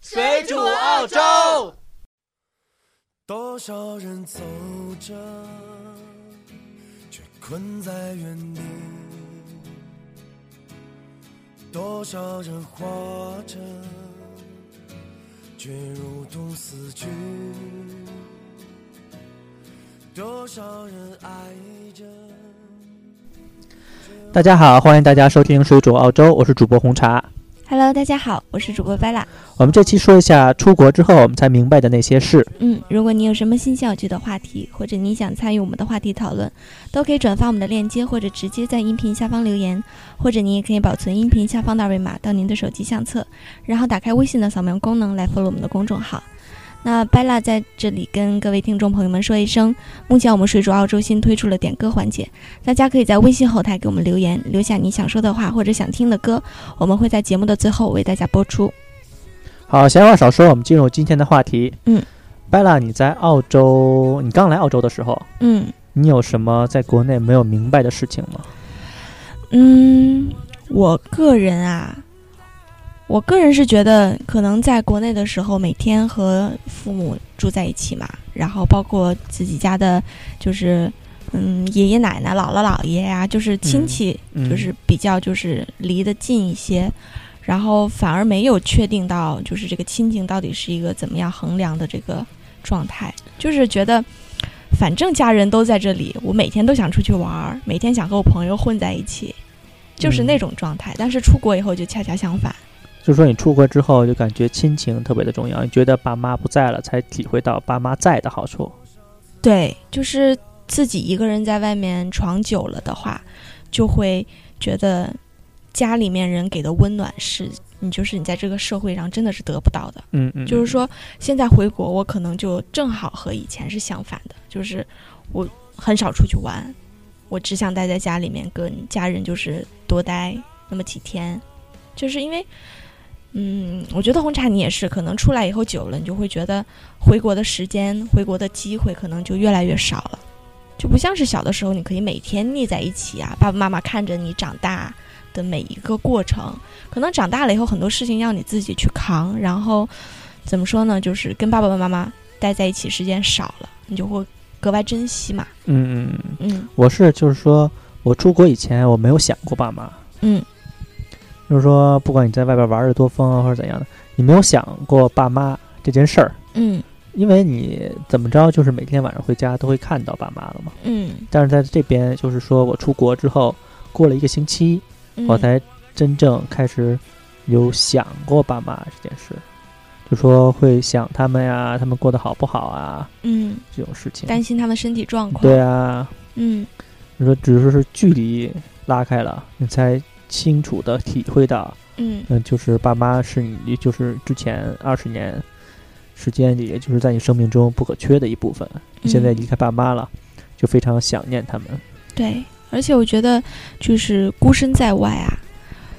水煮澳洲。多少人走着，却困在原地；多少人活着，却如同死去；多少人爱着。大家好，欢迎大家收听《水煮澳洲》，我是主播红茶。 Hello，大家好，我是主播 Bella。我们这期说一下出国之后我们才明白的那些事。嗯，如果你有什么新鲜有趣的话题，或者你想参与我们的话题讨论，都可以转发我们的链接，或者直接在音频下方留言，或者你也可以保存音频下方的二维码到您的手机相册，然后打开微信的扫描功能来 follow 我们的公众号。那 Bella 在这里跟各位听众朋友们说一声，目前我们水煮澳洲新推出了点歌环节，大家可以在微信后台给我们留言，留下你想说的话或者想听的歌，我们会在节目的最后为大家播出。好，闲话少说，我们进入今天的话题。嗯，贝拉，你在澳洲，你刚来澳洲的时候，嗯。你有什么在国内没有明白的事情吗？嗯，我个人啊，我个人是觉得，可能在国内的时候，每天和父母住在一起嘛，然后包括自己家的，就是嗯爷爷奶奶、姥姥姥爷呀、就是亲戚，嗯就是比较就是离得近一些。然后反而没有确定到，就是这个亲情到底是一个怎么样衡量的这个状态，就是觉得，反正家人都在这里，我每天都想出去玩儿，每天想和我朋友混在一起，就是那种状态。但是出国以后就恰恰相反，就是说你出国之后就感觉亲情特别的重要，你觉得爸妈不在了才体会到爸妈在的好处。对，就是自己一个人在外面闯久了的话，就会觉得家里面人给的温暖是你就是你在这个社会上真的是得不到的。嗯嗯，就是说现在回国，我可能就正好和以前是相反的，就是我很少出去玩，我只想待在家里面跟家人就是多待那么几天，就是因为。嗯，我觉得红茶你也是，可能出来以后久了，你就会觉得回国的时间、回国的机会可能就越来越少了，就不像是小的时候，你可以每天腻在一起啊，爸爸妈妈看着你长大的每一个过程，可能长大了以后很多事情要你自己去扛，然后怎么说呢，就是跟爸爸妈妈待在一起时间少了，你就会格外珍惜嘛。嗯嗯嗯。嗯我是就是说我出国以前我没有想过爸妈，嗯，就是说不管你在外边玩的多疯啊或者怎样的，你没有想过爸妈这件事儿，嗯因为你怎么着就是每天晚上回家都会看到爸妈了嘛。嗯，但是在这边就是说我出国之后，过了一个星期，嗯我才真正开始有想过爸妈这件事，就说会想他们呀，他们过得好不好啊嗯这种事情。担心他们身体状况。对啊，嗯你说只是是距离拉开了，你才清楚的体会到，嗯嗯，就是爸妈是你，就是之前二十年时间里，就是在你生命中不可缺的一部分。你现嗯在离开爸妈了，就非常想念他们。对，而且我觉得就是孤身在外啊，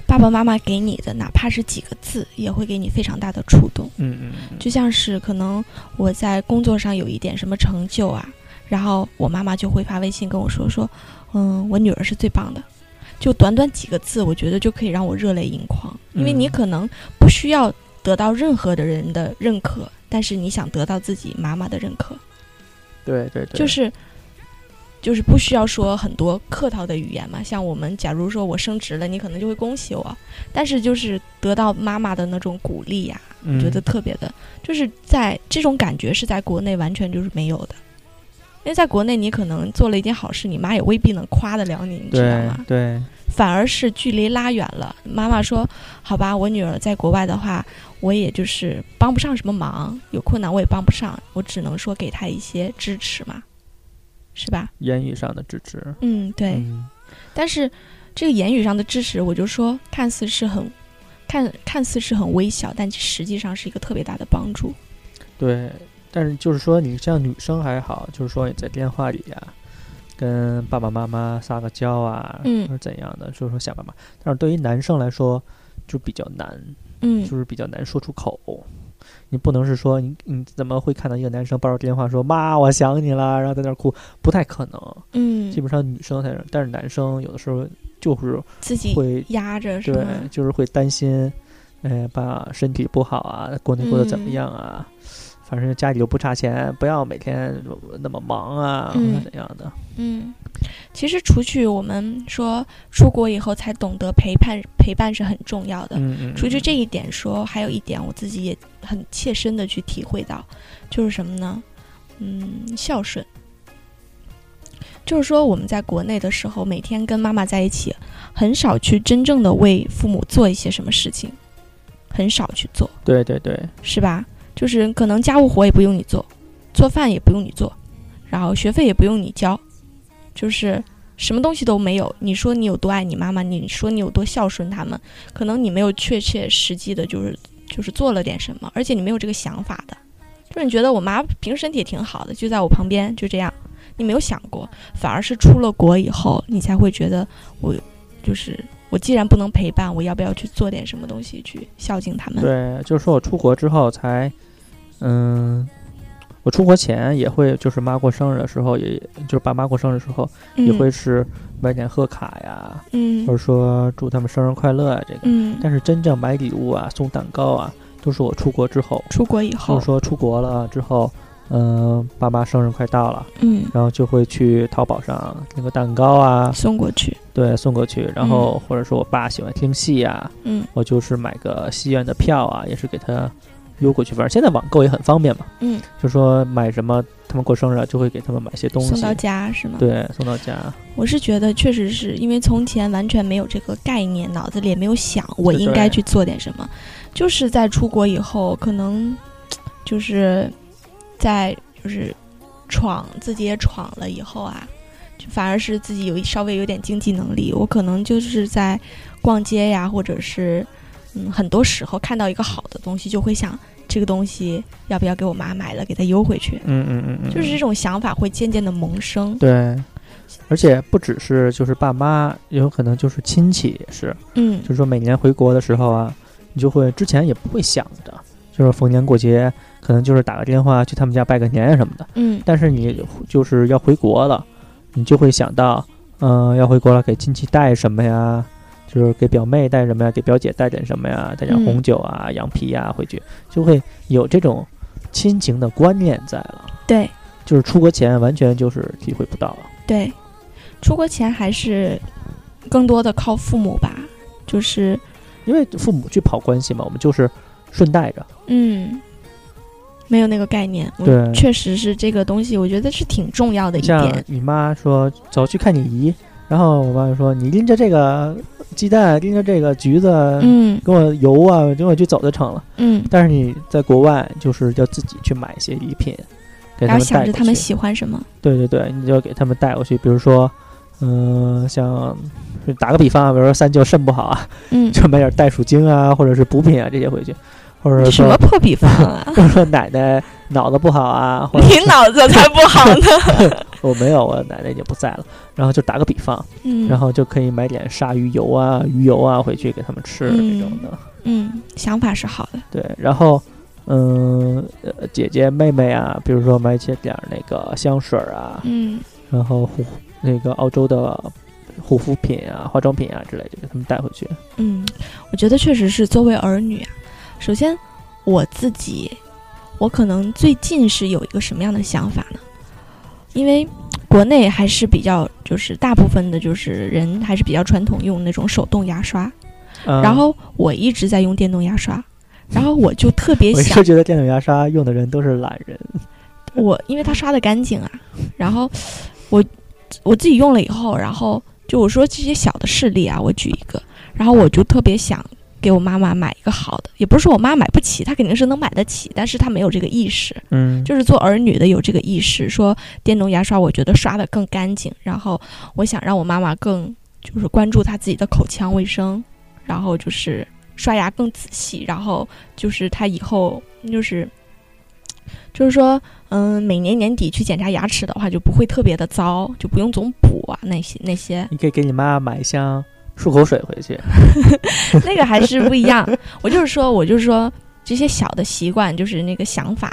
爸爸妈妈给你的哪怕是几个字，也会给你非常大的触动。嗯嗯嗯就像是可能我在工作上有一点什么成就啊，然后我妈妈就会发微信跟我说说，嗯，我女儿是最棒的。就短短几个字，我觉得就可以让我热泪盈眶，因为嗯你可能不需要得到任何的人的认可，但是你想得到自己妈妈的认可，对对对，就是就是不需要说很多客套的语言嘛。像我们，假如说我升职了，你可能就会恭喜我，但是就是得到妈妈的那种鼓励啊呀、嗯觉得特别的，就是在这种感觉是在国内完全就是没有的，因为在国内你可能做了一件好事，你妈也未必能夸得了你，你知道对吗？对，反而是距离拉远了，妈妈说：“好吧，我女儿在国外的话，我也就是帮不上什么忙，有困难我也帮不上，我只能说给她一些支持嘛，是吧言语上的支持。？”嗯，对。嗯但是这个言语上的支持，我就说看似是很看看似是很微小，但实际上是一个特别大的帮助。对，但是就是说，你像女生还好，就是说你在电话里啊，跟爸爸妈妈撒个娇啊，嗯或者怎样的，就是说想爸妈。但是对于男生来说，就比较难，嗯，就是比较难说出口。你不能是说你你怎么会看到一个男生抱着电话说妈我想你了，然后在那儿哭，不太可能。嗯基，本上女生才是，但是男生有的时候就是自己会压着是对吗？，就是会担心哎，把身体不好啊，过年过得怎么嗯样啊？反正家里又不差钱，不要每天那么忙啊，或嗯者怎样的。嗯，其实除去我们说出国以后才懂得陪伴，陪伴是很重要的。嗯嗯，除去嗯这一点说，还有一点我自己也很切身的去体会到，就是什么呢？嗯，孝顺。就是说我们在国内的时候，每天跟妈妈在一起，很少去真正的为父母做一些什么事情，很少去做，对对对，是吧？就是可能家务活也不用你做，做饭也不用你做，然后学费也不用你交，就是什么东西都没有。你说你有多爱你妈妈，你说你有多孝顺他们，可能你没有确切实际的，就是就是做了点什么，而且你没有这个想法的，就是你觉得我妈平时身体也挺好的，就在我旁边，就这样，你没有想过，反而是出了国以后，你才会觉得我就是我既然不能陪伴，我要不要去做点什么东西去孝敬他们？对，就是说我出国之后才，嗯，我出国前也会，就是妈过生日的时候，也就是爸妈过生日的时候，也会是买点贺卡呀，嗯或者说祝他们生日快乐啊，这个。嗯，但是真正买礼物啊，送蛋糕啊，都是我出国之后，出国以就后是，说出国了之后，嗯、爸妈生日快到了，嗯，然后就会去淘宝上那个蛋糕啊，送过去，对，送过去，然后或者说我爸喜欢听戏啊，嗯我就是买个戏院的票啊，也是给他邮过去。反正现在网购也很方便嘛，嗯，就说买什么，他们过生日啊就会给他们买些东西，送到家是吗？对，送到家。我是觉得确实是因为从前完全没有这个概念，脑子里也没有想我对应对该去做点什么，就是在出国以后，可能就是在就是闯自己也闯了以后啊，就反而是自己有一稍微有点经济能力，我可能就是在逛街呀，或者是嗯，很多时候看到一个好的东西，就会想这个东西要不要给我妈买了，给她邮回去，嗯嗯嗯嗯，就是这种想法会渐渐的萌生，对。而且不只是就是爸妈，也有可能就是亲戚也是，嗯就是说每年回国的时候啊，你就会之前也不会想着，就是逢年过节可能就是打个电话去他们家拜个年啊什么的。嗯但是你就是要回国了，你就会想到，嗯、要回国了，给亲戚带什么呀？就是给表妹带什么呀？给表姐带点什么呀？带点嗯红酒啊、羊皮呀、回去就会有这种亲情的观念在了。对。就是出国前完全就是体会不到了。对，出国前还是更多的靠父母吧，就是因为父母去跑关系嘛，我们就是顺带着。嗯，没有那个概念。我对确实是这个东西，我觉得是挺重要的一像点。你妈说走去看你姨，然后我妈就说你拎着这个鸡蛋，拎着这个橘子，嗯跟我游啊，跟我去走就成了。嗯，但是你在国外就是要自己去买一些礼品，给他然们后带想过着去。他们喜欢 什么，对对对，你就给他们带过去，比如说，嗯、像就打个比方啊，比如说三舅肾不好啊，嗯，就买点袋鼠精啊，或者是补品啊这些回去，或者什么说，破比方啊 ？或者说奶奶脑子不好啊，或者你脑子才不 好呢。我没有，我奶奶已经不在了，然后就打个比方，嗯，然后就可以买点鲨鱼油啊、鱼油啊回去给他们吃这种的。嗯，想法是好的。对，然后，嗯、呃姐姐、妹妹啊，比如说买些点儿那个香水儿啊，嗯然后护那个澳洲的护肤品啊、化妆品啊之类的，给他们带回去。嗯，我觉得确实是作为儿女啊，首先我自己，我可能最近是有一个什么样的想法呢？因为国内还是比较，就是大部分的，就是人还是比较传统，用那种手动牙刷。嗯、然后我一直在用电动牙刷，然后我就特别我想是觉得电动牙刷用的人都是懒人。我因为它刷的干净啊，然后我我自己用了以后，然后就我说这些小的事例啊，我举一个，然后我就特别想给我妈妈买一个好的，也不是说我妈买不起，她肯定是能买得起，但是她没有这个意识，嗯，，就是做儿女的有这个意识，说电动牙刷我觉得刷的更干净，然后我想让我妈妈更就是关注她自己的口腔卫生，然后就是刷牙更仔细，然后就是她以后就是 就是说，嗯，每年年底去检查牙齿的话，就不会特别的糟，就不用总补啊那些那 些你可以给你妈买一箱漱口水回去。那个还是不一样。我就是说，我就是说这些小的习惯，就是那个想法。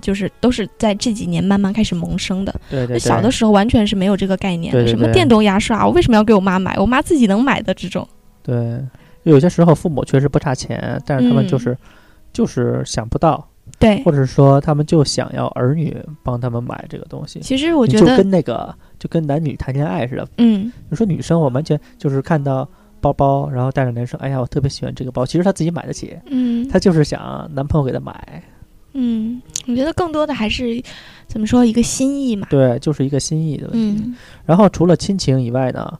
就是都是在这几年慢慢开始萌生的，对对那对，小的时候完全是没有这个概念，对对什么对电动牙刷，我为什么要给我妈买？我妈自己能买的这种，对。有些时候父母确实不差钱，但是他们就嗯是、就是想不到，对或，者说他们就想要儿女帮他们买这个东西。其实我你觉就得，跟那个就跟男女谈恋爱似的，嗯，你说女生我完全就是看到包包，然后带着男生，哎呀，我特别喜欢这个包，其实她自己买得起，嗯，她就是想男朋友给她买，嗯，我觉得更多的还是怎么说一个心意嘛。对，就是一个心意的问题。嗯然后除了亲情以外呢，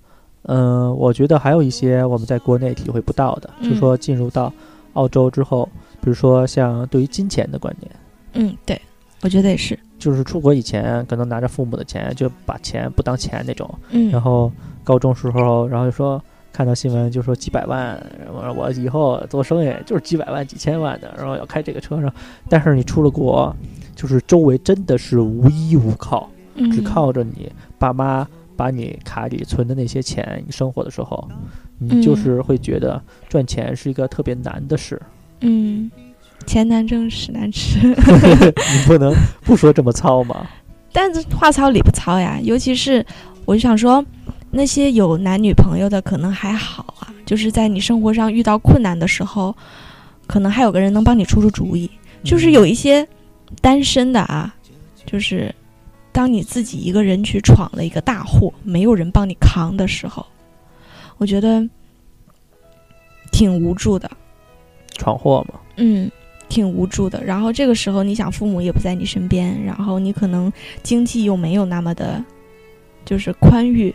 嗯、我觉得还有一些我们在国内体会不到的，嗯就是说进入到澳洲之后，比如说像对于金钱的观念，嗯，对，我觉得也是。就是出国以前可能拿着父母的钱就把钱不当钱那种，嗯，然后高中时候，然后就说。看到新闻就说几百万，然后我以后做生意就是几百万、几千万的，然后要开这个车上。但是你出了国，就是周围真的是无依无靠，只嗯靠着你爸妈把你卡里存的那些钱，你生活的时候，你就是会觉得赚钱是一个特别难的事，嗯，钱难挣，屎难吃。 你不能不说这么糙嘛。但是话糙理不糙呀，尤其是我就想说，那些有男女朋友的可能还好啊，就是在你生活上遇到困难的时候，可能还有个人能帮你出出主意。嗯就是有一些单身的啊，就是当你自己一个人去闯了一个大祸，没有人帮你扛的时候，我觉得挺无助的，闯祸嘛，嗯，挺无助的。然后这个时候，你想父母也不在你身边，然后你可能经济又没有那么的，就是宽裕，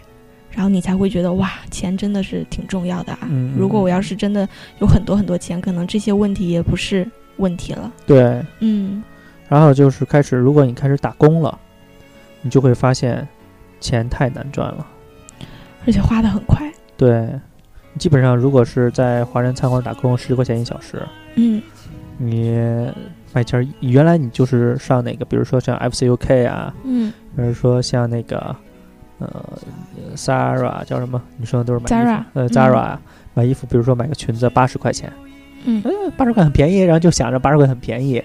然后你才会觉得哇，钱真的是挺重要的啊。嗯如果我要是真的有很多很多钱，可能这些问题也不是问题了。对，嗯，然后就是开始，如果你开始打工了，你就会发现钱太难赚了。而且花的很快。对，基本上如果是在华人餐馆打工，十块钱一小时，嗯你卖钱儿原来你就是上哪个，比如说像 FCUK 啊，嗯比如说像那个，呃，Zara 叫什么？女生都是买衣服 Zara，呃嗯，Zara 啊、买衣服，比如说买个裙子八十块钱，呃嗯，八十块很便宜，然后就想着八十块很便宜，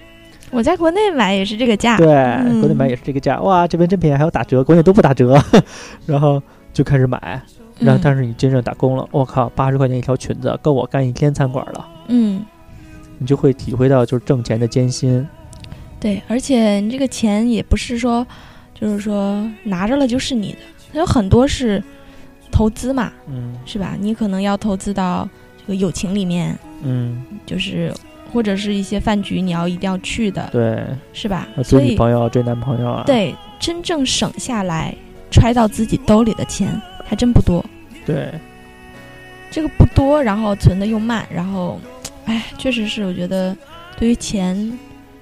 我在国内买也是这个价。对，嗯国内买也是这个价，哇，这边真便宜，还有打折，国内都不打折， 然后就开始买，然后但是是你真正打工了，我、靠，八十块钱一条裙子够我干一天餐馆了，嗯，你就会体会到就是挣钱的艰辛，对，而且你这个钱也不是说，就是说拿着了就是你的，它有很多是投资嘛，嗯是吧？你可能要投资到这个友情里面，嗯，就是或者是一些饭局你要一定要去的，对，是吧？所追女以朋友追男朋友啊，对真正省下来揣到自己兜里的钱还真不多。对，这个不多，然后存的又慢，然后，哎，确实是，我觉得对于钱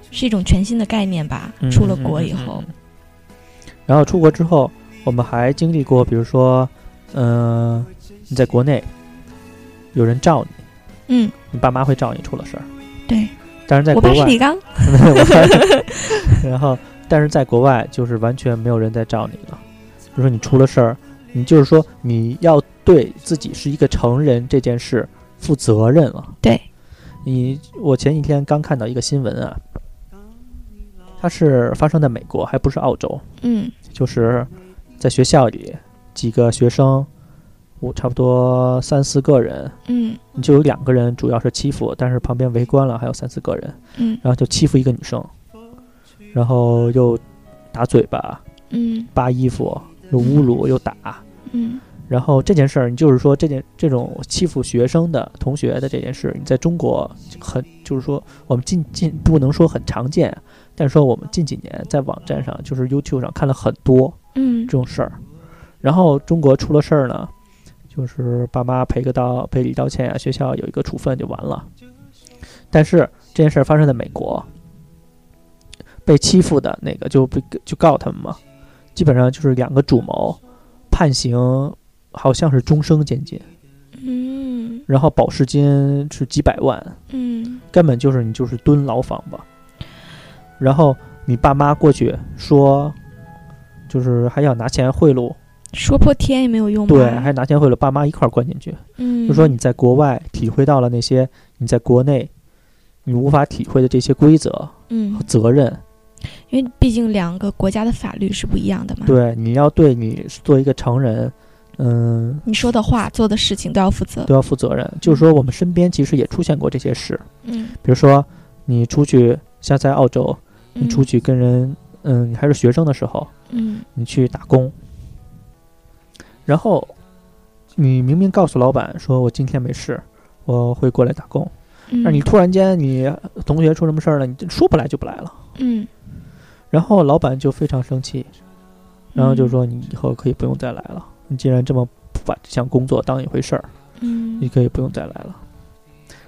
是一种全新的概念吧。嗯出了国以后，嗯嗯嗯然后出国之后，我们还经历过，比如说，嗯、你在国内有人罩你，嗯，你爸妈会罩你出了事儿，对但是在我国爸是外，李刚，我爸 然后但是在国外就是完全没有人在罩你了。比如说你出了事儿，你就是说你要对自己是一个成人这件事负责任了。对，你我前几天刚看到一个新闻啊，它是发生在美国，还不是澳洲。嗯就是在学校里几个学生，我差不多三四个人，嗯就有两个人主要是欺负，但是旁边围观了还有三四个人，嗯然后就欺负一个女生，然后又打嘴巴、嗯扒衣服、又侮辱又打。嗯然后这件事儿，你就是说这件这种欺负学生的同学的这件事，你在中国很就是说我们近近不能说很常见，但是说我们近几年在网站上就是 YouTube 上看了很多，嗯这种事儿。然后中国出了事儿呢，就是爸妈赔个道赔礼道歉啊，学校有一个处分就完了。但是这件事儿发生在美国，被欺负的那个就被就告他们嘛，基本上就是两个主谋，判刑好像是终生监禁，嗯然后保释金是几百万，嗯根本就是你就是蹲牢房吧。然后你爸妈过去说，就是还要拿钱贿赂说破天也没有用吧？对，还拿钱贿赂爸妈一块儿关进去。嗯，就说你在国外体会到了那些你在国内你无法体会的这些规则嗯和，责任。因为毕竟两个国家的法律是不一样的嘛。对，你要对你做一个成人嗯，你说的话、做的事情都要负责。都要负责任。就是说，我们身边其实也出现过这些事，嗯，比如说你出去，像在澳洲，你嗯出去跟人，嗯，你还是学生的时候，嗯你去打工，然后你明明告诉老板说我今天没事，我会过来打工，嗯，但你突然间你同学出什么事儿了，你说不来就不来了，嗯，然后老板就非常生气，然后就说你以后可以不用再来了，你既然这么不把这项工作当一回事儿，嗯，你嗯可以不用再来了。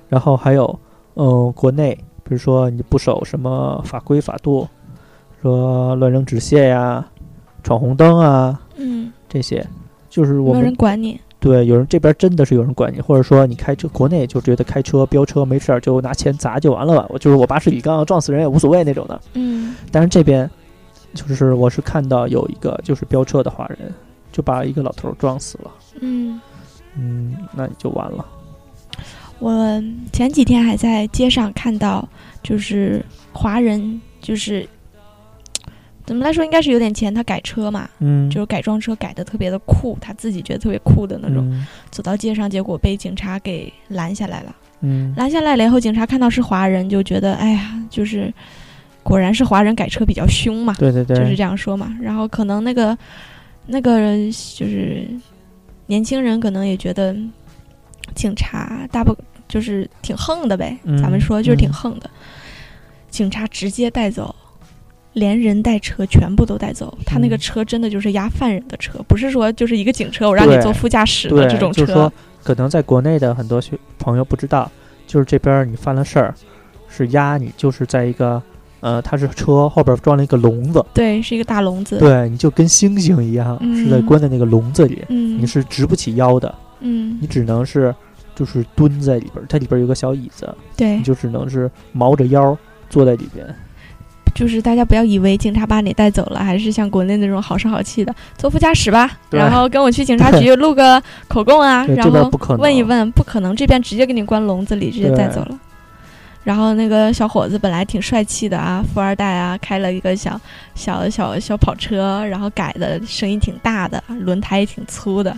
然后还有，嗯，国内比如说你不守什么法规法度，说乱扔纸屑呀、闯红灯啊嗯，这些，就是我没有人们管你，对有人这边真的是有人管你，或者说你开车，国内就觉得开车飙车没事儿就拿钱砸就完了吧，我就是我拔十里杠撞死人也无所谓那种的。嗯但是这边就是我是看到有一个就是飙车的华人，就把一个老头儿撞死了，嗯。嗯，那你就完了。我前几天还在街上看到，就是华人，就是怎么来说，应该是有点钱，他改车嘛，嗯，就是改装车改的特别的酷，他自己觉得特别酷的那种。嗯走到街上，结果被警察给拦下来了。嗯拦下来了以后，警察看到是华人，就觉得哎呀，就是果然是华人改车比较凶嘛，对对对，就是这样说嘛。然后可能那个那个人就是年轻人，可能也觉得警察大不就是挺横的呗，嗯咱们说就是挺嗯横的。警察直接带走，连人带车全部都带走。他那个嗯车真的就是压犯人的车，不是说就是一个警车我让你对坐副驾驶对的这种就是说车。，可能在国内的很多学朋友不知道，就是这边儿你犯了事儿，是压你，就是在一个呃，它是车后边儿装了一个笼子，对，是一个大笼子。对，你就跟猩猩一样，是在嗯关在那个笼子里，嗯，你是直不起腰的，嗯你，只能是就是蹲在里边儿，它里边儿有个小椅子，对你，就只能是毛着腰坐在里边。就是大家不要以为警察把你带走了，还是像国内那种好声好气的，坐副驾驶吧，对然后跟我去警察局录个口供啊，对，然这边儿后不可能。问一问，不可能，这边直接给你关笼子里，直接对带走了。然后那个小伙子本来挺帅气的啊，富二代啊，开了一个小小小小跑车，然后改的声音挺大的，轮胎也挺粗的，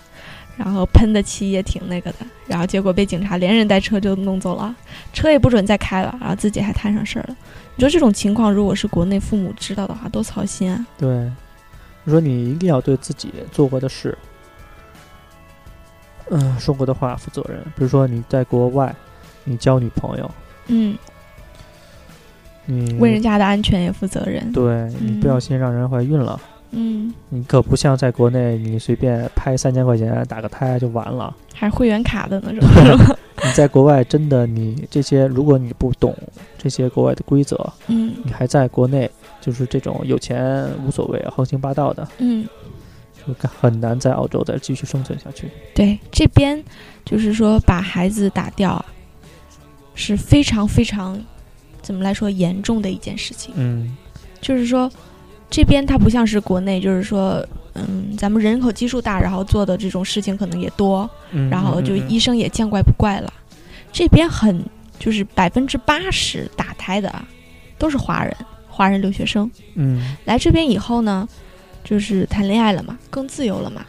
然后喷的漆也挺那个的，然后结果被警察连人带车就弄走了，车也不准再开了，然后自己还摊上事儿了。你说这种情况，如果是国内父母知道的话，多操心啊！对，你说你一定要对自己做过的事，嗯、说过的话负责任。比如说你在国外，你交女朋友，嗯，你为人家的安全也负责任。嗯对你不小嗯心让人怀孕了，嗯，你可不像在国内，你随便拍三千块钱打个胎就完了。还是会员卡的那 种。你在国外真的，你这些如果你不懂这些国外的规则，嗯你还在国内就是这种有钱无所谓、横行霸道的，嗯。就很难在澳洲再继续生存下去。对，这边就是说把孩子打掉啊，是非常非常怎么来说严重的一件事情。嗯就是说，这边它不像是国内，就是说，嗯，咱们人口基数大，然后做的这种事情可能也多，嗯，然后嗯就嗯医生也见怪不怪了。这边很就是百分之八十打胎的啊，都是华人，华人留学生。嗯来这边以后呢，就是谈恋爱了嘛，更自由了嘛，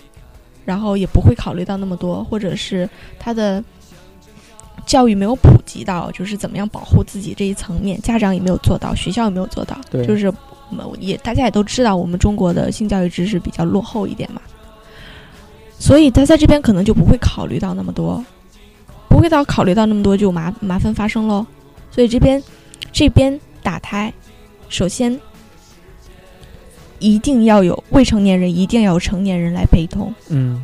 然后也不会考虑到那么多，或者是他的教育没有普及到，就是怎么样保护自己这一层面，家长也没有做到，学校也没有做到，对就是我们也大家也都知道，我们中国的性教育知识比较落后一点嘛，所以他在这边可能就不会考虑到那么多，不会到考虑到那么多就麻麻烦发生喽，所以这边这边打胎，首先一定要有未成年人，一定要有成年人来陪同。嗯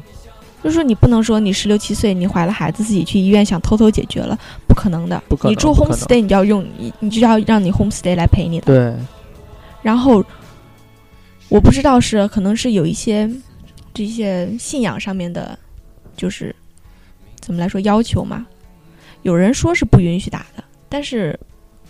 就是说，你不能说你十六七岁，你怀了孩子，自己去医院想偷偷解决了，不可能的。不可能你住不可能 homestay，你就要用你，你就要让你 homestay 来陪你的。对，然后，我不知道是可能是有一些这些信仰上面的，就是怎么来说要求嘛。有人说是不允许打的，但是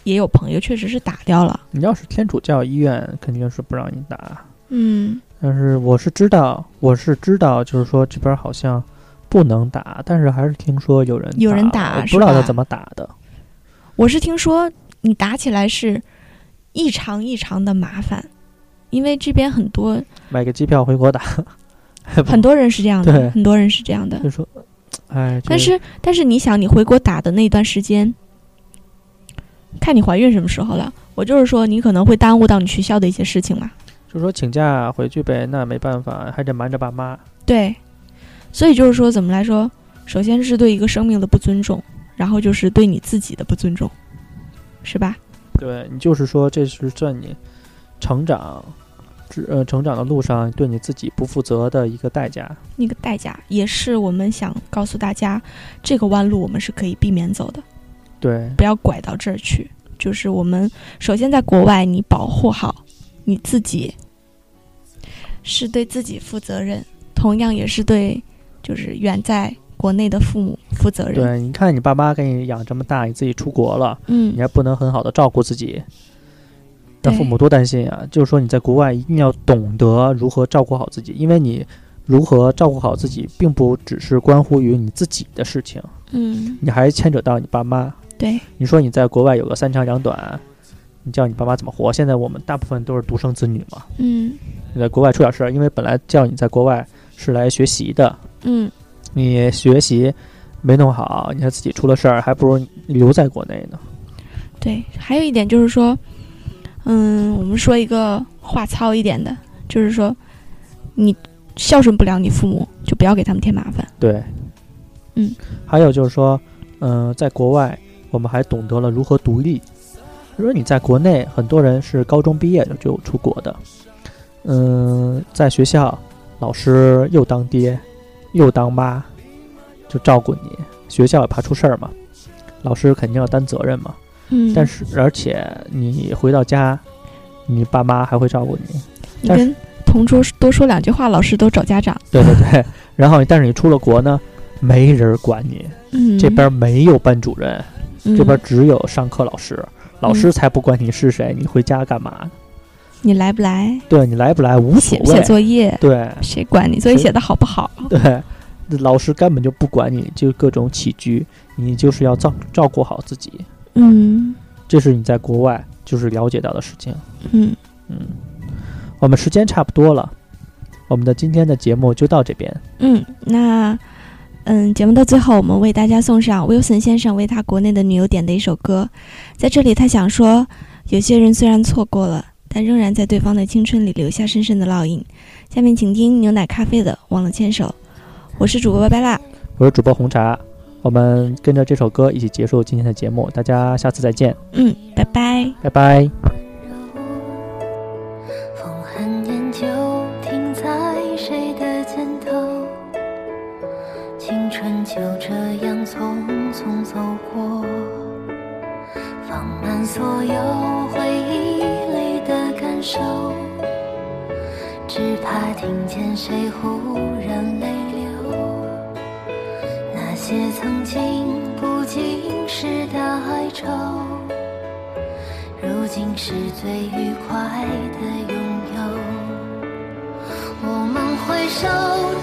也有朋友确实是打掉了。你要是天主教医院肯定是不让你打，嗯但是我是知道，我是知道，就是说这边好像不能打，但是还是听说有人有人了打我不是知道他吧怎么打的。我是听说你打起来是异常异常的麻烦，因为这边很多买个机票回国打，很多人是这样对的，很多人是这样的。就说，哎，这但是但是你想，你回国打的那段时间，看你怀孕什么时候了。我就是说，你可能会耽误到你学校的一些事情嘛。就说请假回去呗，那没办法，还得瞒着爸妈。对，所以就是说，怎么来说，首先是对一个生命的不尊重，然后就是对你自己的不尊重，是吧？对你就是说，这是算你成长，之呃成长的路上对你自己不负责的一个代价。那个代价也是我们想告诉大家，这个弯路我们是可以避免走的。对不要拐到这儿去。就是我们首先在国外，你保护好你自己，是对自己负责任，同样也是对就是远在国内的父母负责任。对，你看你爸妈给你养这么大，你自己出国了，你嗯，还不能很好的照顾自己，那对父母多担心啊！就是说你在国外一定要懂得如何照顾好自己，因为你如何照顾好自己，并不只是关乎于你自己的事情，嗯，你还牵扯到你爸妈。对你说你在国外有个三长两短，你叫你爸妈怎么活？现在我们大部分都是独生子女嘛，嗯你在国外出点事儿，因为本来叫你在国外是来学习的，嗯，你学习没弄好，你还自己出了事儿，还不如留在国内呢。对。还有一点就是说，嗯，我们说一个话糙一点的，就是说，你孝顺不了你父母，就不要给他们添麻烦。对，嗯，还有就是说，嗯、在国外我们还懂得了如何独立。如果你在国内，很多人是高中毕业就就出国的，嗯、在学校老师又当爹又当妈，就照顾你，学校也怕出事儿嘛，老师肯定要担责任嘛。嗯，但是而且你回到家，你爸妈还会照顾你，你但跟同桌多说两句话，老师都找家长。对对对。然后但是你出了国呢，没人管你，嗯，这边没有班主任，这这边只有上课老师，老嗯师才不管你是谁，你回家干嘛？你来不来，对你来不来无所写不写谓，作业，对谁管你？作业是写的好不好？对，老师根本就不管你，就各种起居，你就是要照照顾好自己，嗯这是你在国外就是了解到的事情。嗯，嗯，我们时间差不多了，我们的今天的节目就到这边。嗯，那嗯，节目的最后，我们为大家送上 Wilson 先生为他国内的女友点的一首歌。在这里，他想说，有些人虽然错过了，但仍然在对方的青春里留下深深的烙印。下面请听牛奶咖啡的《忘了牵手》，我是主播拜拜啦，我是主播红茶，我们跟着这首歌一起结束今天的节目，大家下次再见，嗯，拜拜。拜拜。风很远就停在谁的肩头？青春就这样匆匆走过，放慢所有回忆里的感受，只怕听见谁忽然泪流。那些曾经不经事的哀愁。如今是最愉快的拥有。我们挥手，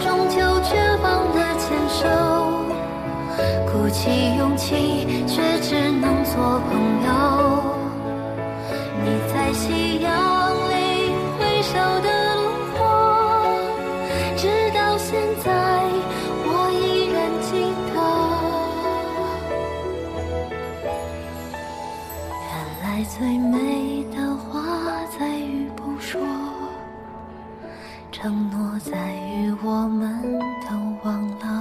终究绝望的牵手，鼓起勇气，却只能做朋友。你在夕阳里挥手的轮廓，直到现在，我依然记得。原来最美的话在于不说，承诺在于我们都忘了。